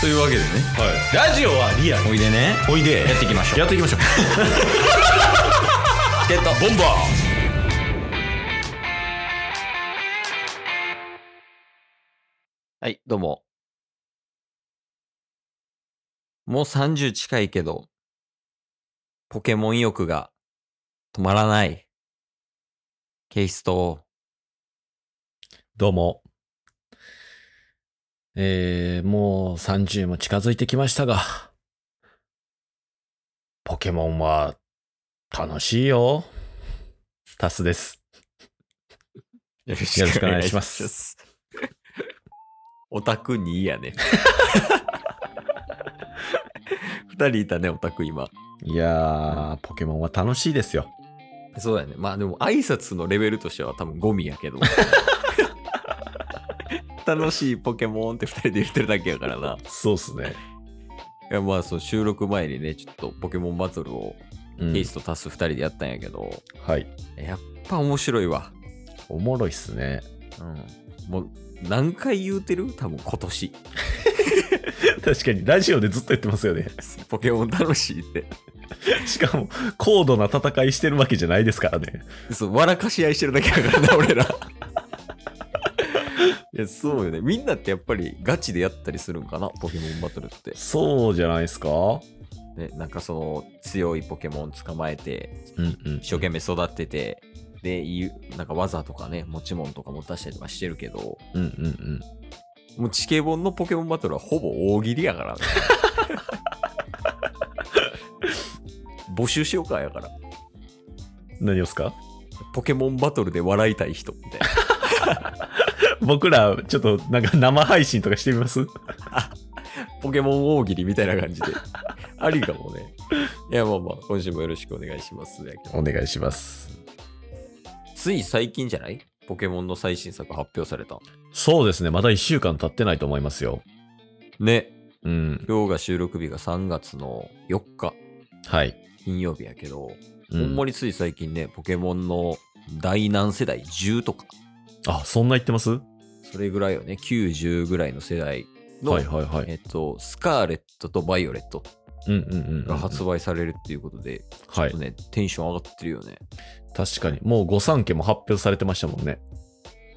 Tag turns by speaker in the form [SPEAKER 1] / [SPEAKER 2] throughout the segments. [SPEAKER 1] というわけでね
[SPEAKER 2] ラジオはリアル
[SPEAKER 1] おいでね
[SPEAKER 2] おいで
[SPEAKER 1] やっていきましょう
[SPEAKER 2] やってい きましょう
[SPEAKER 1] チケットボンバーはいどうももう30近いけどポケモン意欲が止まらないケイスト
[SPEAKER 2] どうも。えー、もう30も近づいてきましたが、ポケモンは楽しいよ。タスです。
[SPEAKER 1] よろ
[SPEAKER 2] しくお願いします
[SPEAKER 1] すオタクにいいや ね二人いたねオタク今
[SPEAKER 2] いやー、ポケモンは楽しいですよ。
[SPEAKER 1] そうやね。まあでも挨拶のレベルとしては多分ゴミやけど。 楽しいポケモンって2人で言ってるだけやからな。
[SPEAKER 2] そうっすね。
[SPEAKER 1] いやまあそう収録前にね、ちょっとポケモンバトルを
[SPEAKER 2] うん
[SPEAKER 1] ケイスと足す2人でやったんやけど、
[SPEAKER 2] はい。
[SPEAKER 1] やっぱ面白いわ。
[SPEAKER 2] おもろいっすね。
[SPEAKER 1] う ん。もう何回言うてる多分今 年。
[SPEAKER 2] 確かに、ラジオでずっと言ってますよね。
[SPEAKER 1] ポケモン楽しいって。
[SPEAKER 2] しかも、高度な戦いしてるわけじゃないですからね。
[SPEAKER 1] そう、笑かし合いしてるだけやからな、俺ら。いや、そうよね。みんなってやっぱりガチでやったりするんかな、ポケモンバトルって。
[SPEAKER 2] そうじゃないですか
[SPEAKER 1] ね、なんかその強いポケモン捕まえて
[SPEAKER 2] うんうん
[SPEAKER 1] 一生懸命育ててでいいなんか技とかね持ち物とか持たしたりとかしてるけど
[SPEAKER 2] うんうんうん。
[SPEAKER 1] もうチケボンのポケモンバトルはほぼ大喜利やからね募集しようかやから
[SPEAKER 2] 何をっすか
[SPEAKER 1] ポケモンバトルで笑いたい人みたいな
[SPEAKER 2] 僕ら、ちょっと、なんか生配信とかしてみます
[SPEAKER 1] ポケモン大喜利みたいな感じで ありかもねいやまあまあ今週もよろしくお願いしますやけど
[SPEAKER 2] お願いします。
[SPEAKER 1] つい最近じゃないポケモンの最新作発表された
[SPEAKER 2] そうですね。まだ1週間経ってないと思いますよ。
[SPEAKER 1] ね
[SPEAKER 2] うん。
[SPEAKER 1] 今日が収録日が3月の4日
[SPEAKER 2] はい。
[SPEAKER 1] 金曜日やけど、ほ
[SPEAKER 2] う
[SPEAKER 1] んまについ最近ねポケモンの第何世代10とか
[SPEAKER 2] あ、そんな言ってますは
[SPEAKER 1] それぐらいよね90ぐらいの世代
[SPEAKER 2] い
[SPEAKER 1] の、
[SPEAKER 2] はいはい。
[SPEAKER 1] えっと、スカーレットとバイオレット
[SPEAKER 2] うんうんうんうん。
[SPEAKER 1] が発売されるっていうことで、
[SPEAKER 2] は
[SPEAKER 1] ち
[SPEAKER 2] い
[SPEAKER 1] ょっと。ね、テンション上がってるよね
[SPEAKER 2] 確かに。もう御三家も発表されてましたもんね。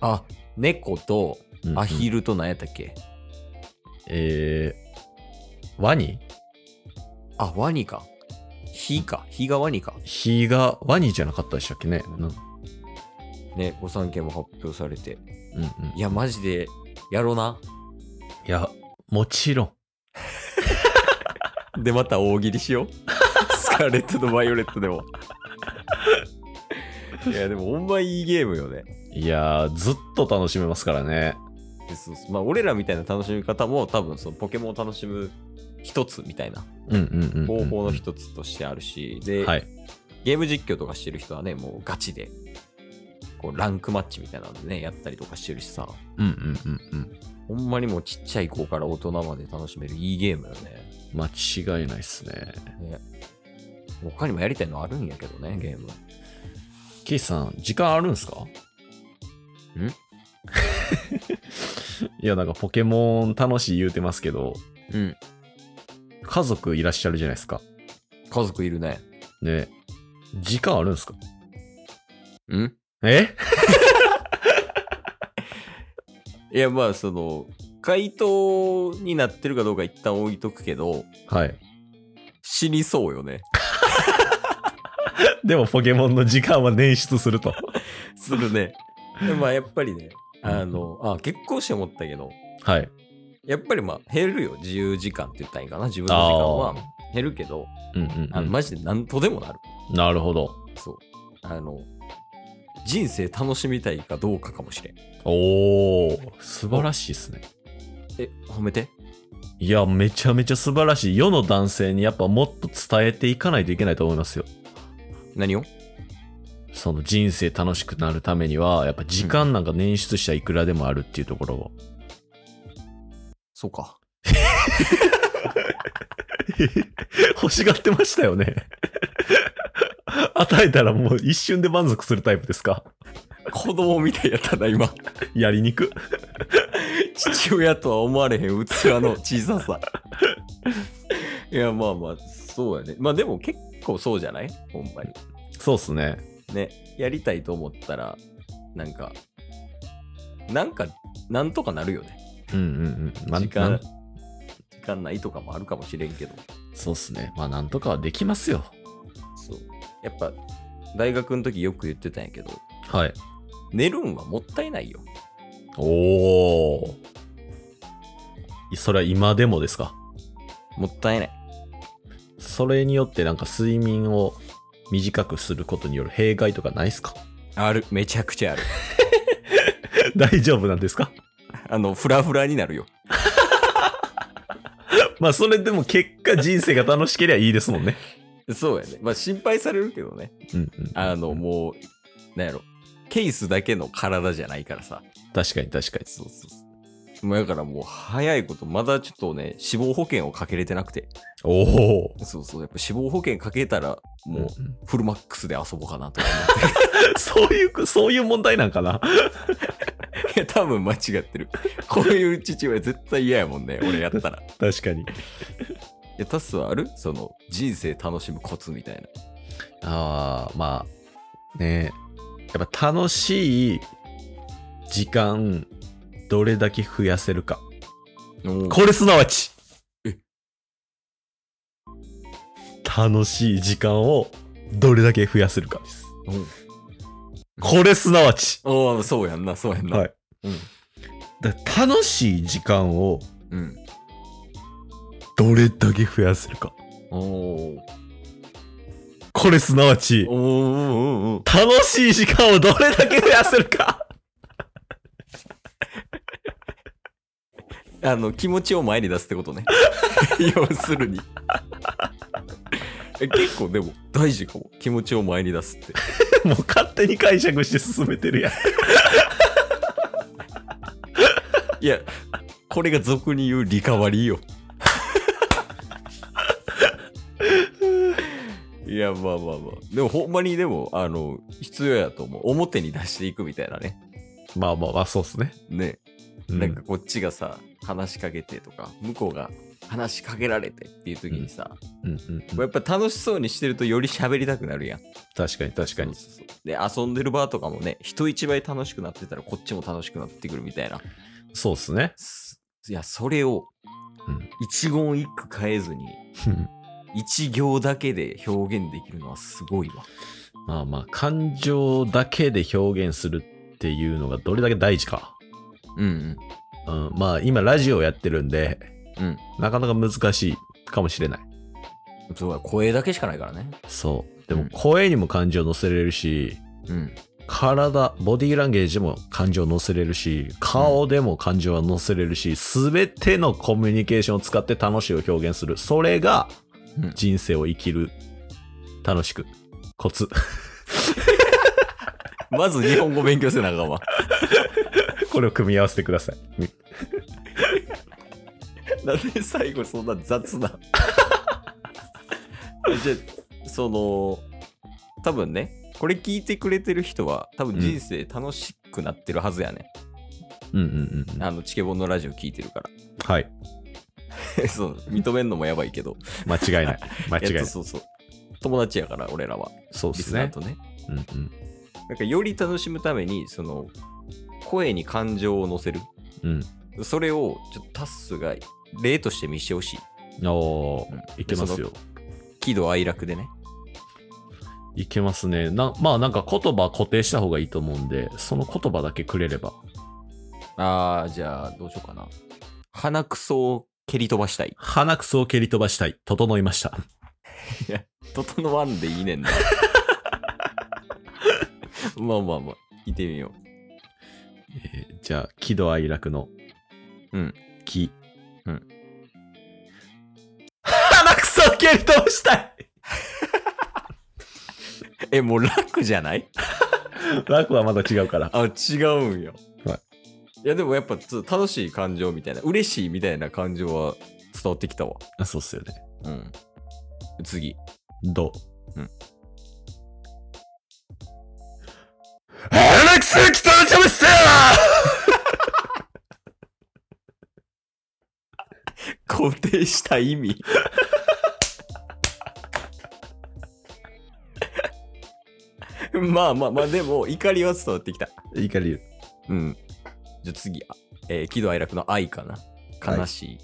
[SPEAKER 1] あ猫と
[SPEAKER 2] うんうん
[SPEAKER 1] アヒ。ルと何やったっけ、
[SPEAKER 2] えー、ワニ
[SPEAKER 1] あワニか火か火がワニか
[SPEAKER 2] ヒがワニじゃなかったでしたっけね。うん。うん
[SPEAKER 1] ね御三家も発表されて
[SPEAKER 2] うん。
[SPEAKER 1] いやマジでやろない
[SPEAKER 2] や、もちろん。
[SPEAKER 1] で、また大喜利しよう。 スカーレットとバイオレットでも。いや、でも、ほんまいいゲームよね。
[SPEAKER 2] いやー、ずっと楽しめますからね。
[SPEAKER 1] でそうそうまあ、俺らみたいな楽しみ方も、多分、そのポケモンを楽しむ一つみたいな
[SPEAKER 2] うんうんうんうんうん。
[SPEAKER 1] 方法の一つとしてあるし、で、
[SPEAKER 2] はい。
[SPEAKER 1] ゲーム実況とかしてる人はね、もうガチで、こう、ランクマッチみたいなのでね、やったりとかしてるしさ、
[SPEAKER 2] うんうんうんうん。
[SPEAKER 1] ほんまにもうちっちゃい子から大人まで楽しめるいいゲームよね。
[SPEAKER 2] 間違いないっすね。
[SPEAKER 1] ね他にもやりたいのあるんやけどね、ゲーム。
[SPEAKER 2] ケイさん、時間あるんすかん いや、なんかポケモン楽しい言うてますけど、
[SPEAKER 1] うん。
[SPEAKER 2] 家族いらっしゃるじゃないですか。
[SPEAKER 1] 家族いるね。
[SPEAKER 2] ね。時間あるんすか
[SPEAKER 1] うん
[SPEAKER 2] え
[SPEAKER 1] いやまあその回答になってるかどうか一旦置いとくけど
[SPEAKER 2] はい。
[SPEAKER 1] 死にそうよ ね
[SPEAKER 2] でもポケモンの時間は捻出すると。
[SPEAKER 1] するねでまあやっぱりねあのあ結婚して思ったけど
[SPEAKER 2] はい。
[SPEAKER 1] やっぱりまあ減るよ自由時間って言ったらいいかな自分の時間は
[SPEAKER 2] あー
[SPEAKER 1] 減るけど
[SPEAKER 2] うんうん、
[SPEAKER 1] あのマジで何とでもなる
[SPEAKER 2] なるほど。
[SPEAKER 1] そうあの人生楽しみたいかどうかかもしれん
[SPEAKER 2] おー、素晴らしいっすね。
[SPEAKER 1] え褒めて
[SPEAKER 2] いや、めちゃめちゃ素晴らしい。世の男性にやっぱもっと伝えていかないといけないと思いますよ。
[SPEAKER 1] 何を
[SPEAKER 2] その人生楽しくなるためにはやっぱ時間なんか捻出したらいくらでもあるっていうところを、
[SPEAKER 1] そうか
[SPEAKER 2] 欲しがってましたよね与えたらもう一瞬で満足するタイプですか
[SPEAKER 1] 子供みたいやったな今
[SPEAKER 2] やりにく
[SPEAKER 1] 父親とは思われへん器の小ささ。 いや、まあまあ、そうやね。まあでも結構そうじゃないほんまに。
[SPEAKER 2] そうっすね。
[SPEAKER 1] ね、やりたいと思ったら、なんか、なんか、なんとかなるよね。
[SPEAKER 2] うんうんうん。まあ、
[SPEAKER 1] 時
[SPEAKER 2] な
[SPEAKER 1] 間
[SPEAKER 2] ん、
[SPEAKER 1] 時間ないとかもあるかもしれんけど。
[SPEAKER 2] そうっすね。まあ、なんとかはできますよ。
[SPEAKER 1] そう。やっぱ、大学の時よく言ってたんやけど、
[SPEAKER 2] はい。
[SPEAKER 1] 寝るんはもったいないよ。
[SPEAKER 2] おお。それは今でもですか
[SPEAKER 1] もったいない。
[SPEAKER 2] それによってなんか睡眠を短くすることによる弊害とかないですか
[SPEAKER 1] ある。めちゃくちゃある。
[SPEAKER 2] 大丈夫なんですか
[SPEAKER 1] あの、フラフラになるよ。
[SPEAKER 2] まあそれでも結果人生が楽しければいいですもんね。
[SPEAKER 1] そうやね。まあ、心配されるけどね。
[SPEAKER 2] うんうん。
[SPEAKER 1] あの、もう、なんやろ。ケースだけの体じゃないからさ。
[SPEAKER 2] 確かに確かに。
[SPEAKER 1] そうそうそう。まあだからもう、早いこと、まだちょっとね、死亡保険をかけれてなくて。
[SPEAKER 2] おお。
[SPEAKER 1] そうそう。やっぱ死亡保険かけたら、もう、
[SPEAKER 2] んん
[SPEAKER 1] フルマックスで遊ぼうかなと思
[SPEAKER 2] そういう、そういう問題なんかな。
[SPEAKER 1] って。いや、 多分間違って る。こういう父親絶対嫌やもんね、俺やったら。
[SPEAKER 2] 確かに。
[SPEAKER 1] え、タスはあるその、人生楽しむコツみたいな。
[SPEAKER 2] ああ、まあ、ねえやっぱ楽しい時間、どれだけ増やせるか。これすなわち
[SPEAKER 1] え
[SPEAKER 2] 楽しい時間をどれだけ増やせるかです。
[SPEAKER 1] うん
[SPEAKER 2] これすなわち、
[SPEAKER 1] おーそうやんな、そうやんな。
[SPEAKER 2] はい
[SPEAKER 1] うん。
[SPEAKER 2] だから楽しい時間を
[SPEAKER 1] うん。
[SPEAKER 2] どれだけ増やせるか。
[SPEAKER 1] おー
[SPEAKER 2] これすなわち
[SPEAKER 1] おー、おーおーおー
[SPEAKER 2] 楽しい時間をどれだけ増やせるか。
[SPEAKER 1] あの、気持ちを前に出すってこと ね。要するに。え結構でも大事かも。気持ちを前に出すって。
[SPEAKER 2] もう勝手に解釈して進めてるやん。
[SPEAKER 1] いや、これが俗に言うリカバ リーよ。いや、まあまあまあ。でもほんまにでも、あの、必要やと思う。表に出していくみたいなね。
[SPEAKER 2] まあまあまあ、そうっすね。
[SPEAKER 1] ね。
[SPEAKER 2] うん
[SPEAKER 1] なんかこっちがさ、話しかけてとか、向こうが話しかけられてっていう時にさ、
[SPEAKER 2] うんうんうん
[SPEAKER 1] やっぱ楽しそうにしてるとより喋りたくなるやん。
[SPEAKER 2] 確かに確かに。
[SPEAKER 1] そうそうそうで、遊んでるバーとかもね、人一倍楽しくなってたらこっちも楽しくなってくるみたいな。
[SPEAKER 2] そうっすね。
[SPEAKER 1] すいや、それを
[SPEAKER 2] うん
[SPEAKER 1] 一言一句変えずに、一行だけで表現できるのはすごいわ。
[SPEAKER 2] まあまあ、感情だけで表現するっていうのがどれだけ大事か。
[SPEAKER 1] うん
[SPEAKER 2] うん、まあ今ラジオやってるんで、
[SPEAKER 1] うん。うん。
[SPEAKER 2] なかなか難しいかもしれない。
[SPEAKER 1] そうだ、声だけしかないからね。
[SPEAKER 2] そう。で
[SPEAKER 1] う
[SPEAKER 2] も
[SPEAKER 1] ん
[SPEAKER 2] 声にも感情乗せれるし、
[SPEAKER 1] うん。
[SPEAKER 2] 体、ボディーランゲージも感情乗せれるし、顔でも感情は乗せれるし、すべてのコミュニケーションを使って楽しいを表現する。それが
[SPEAKER 1] うん
[SPEAKER 2] 人生を生きる、楽しく、コツ。
[SPEAKER 1] まず日本語勉強せなあかんわ。
[SPEAKER 2] これを組み合わせてください。
[SPEAKER 1] なんで最後そんな雑な じゃあその多分ねこれ聞いてくれてる人は多分人生楽しくなってるはずやね、
[SPEAKER 2] うんうんうん。
[SPEAKER 1] あのチケボンのラジオ聞いてるか
[SPEAKER 2] はい。
[SPEAKER 1] ら そう認めんのもやばいけど
[SPEAKER 2] 間 違いない。間違い
[SPEAKER 1] え
[SPEAKER 2] な
[SPEAKER 1] っと。
[SPEAKER 2] い
[SPEAKER 1] そうそう友達やから俺らは
[SPEAKER 2] そうで
[SPEAKER 1] リス
[SPEAKER 2] す
[SPEAKER 1] ナー
[SPEAKER 2] ね。
[SPEAKER 1] とね
[SPEAKER 2] うんうん
[SPEAKER 1] なんかより楽しむためにその声に感情を乗せる
[SPEAKER 2] うん。
[SPEAKER 1] それをちょっとタッスが例として見してほしい
[SPEAKER 2] お
[SPEAKER 1] うん
[SPEAKER 2] ー、いけますよ。
[SPEAKER 1] 喜怒哀楽でね
[SPEAKER 2] いけますね。なまあなんか言葉固定した方がいいと思うんで、その言葉だけくれれば。
[SPEAKER 1] あー、じゃあ、どうしようかな。鼻くそを蹴り飛ばしたい。
[SPEAKER 2] 鼻くそを蹴り飛ばしたい。整いました。
[SPEAKER 1] 整わんでいい ねんな。まあまあまあ、聞いてみよ
[SPEAKER 2] えーじゃあ、喜怒哀楽の。
[SPEAKER 1] うん。
[SPEAKER 2] 喜。
[SPEAKER 1] うん。。
[SPEAKER 2] 鼻くそを蹴り飛ばしたいう
[SPEAKER 1] え、もう楽じゃない
[SPEAKER 2] 楽はまだ違うから。
[SPEAKER 1] あ、違うんよ。。
[SPEAKER 2] はい
[SPEAKER 1] いや、でもやっぱ、ちょっと楽しい感情みたいな、嬉しいみたいな感情は伝わってきたわ。
[SPEAKER 2] あそうっすよね。
[SPEAKER 1] うん。次。
[SPEAKER 2] どう
[SPEAKER 1] うん。
[SPEAKER 2] 鼻くそを蹴り飛ばしたよ
[SPEAKER 1] 肯定した意味。 まあまあまあ、でも、怒りは伝わってきた。
[SPEAKER 2] 怒り。
[SPEAKER 1] うん。じゃあ次、あえー喜怒哀楽の愛かな。悲しい。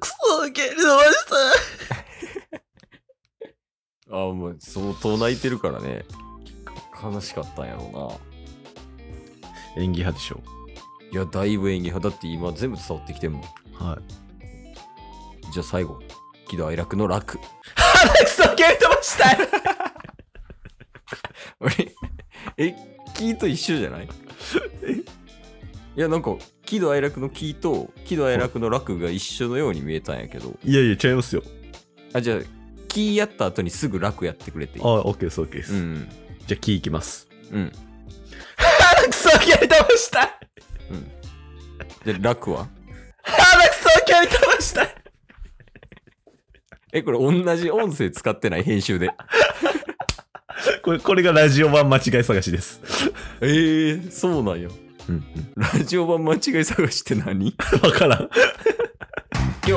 [SPEAKER 2] くそ、蹴り伸ばした。
[SPEAKER 1] ああ、もう相当泣いてるからね。悲しかったんやろうな。
[SPEAKER 2] 演技派でしょ。
[SPEAKER 1] いや、だいぶ演技派。だって今全部伝わってきてんもん。
[SPEAKER 2] はい。
[SPEAKER 1] じゃあ最後、喜怒哀楽の楽。
[SPEAKER 2] くそ、蹴り飛ばし たい。
[SPEAKER 1] あれえ、キーと一緒じゃないいや、なんか、喜怒哀楽のキーと喜怒哀楽の楽が一緒のように見えたんやけど。
[SPEAKER 2] いやいや、違いますよ。
[SPEAKER 1] あ、じゃあ、キーやった後にすぐ楽やってくれていい。
[SPEAKER 2] あ、オッケーです、オッケーです。
[SPEAKER 1] うん。
[SPEAKER 2] じゃあ、キーいきます。
[SPEAKER 1] うん。
[SPEAKER 2] くそ、蹴り飛ばしたい。
[SPEAKER 1] うん。で、楽は
[SPEAKER 2] 鼻くそ、蹴り飛ばしたい。
[SPEAKER 1] え、これ同じ音声使ってない編集で。
[SPEAKER 2] これ、これがラジオ版間違い探しです。
[SPEAKER 1] えー、そうなんや。
[SPEAKER 2] うん、
[SPEAKER 1] ラジオ版間違い探しって何
[SPEAKER 2] わからん。
[SPEAKER 1] 今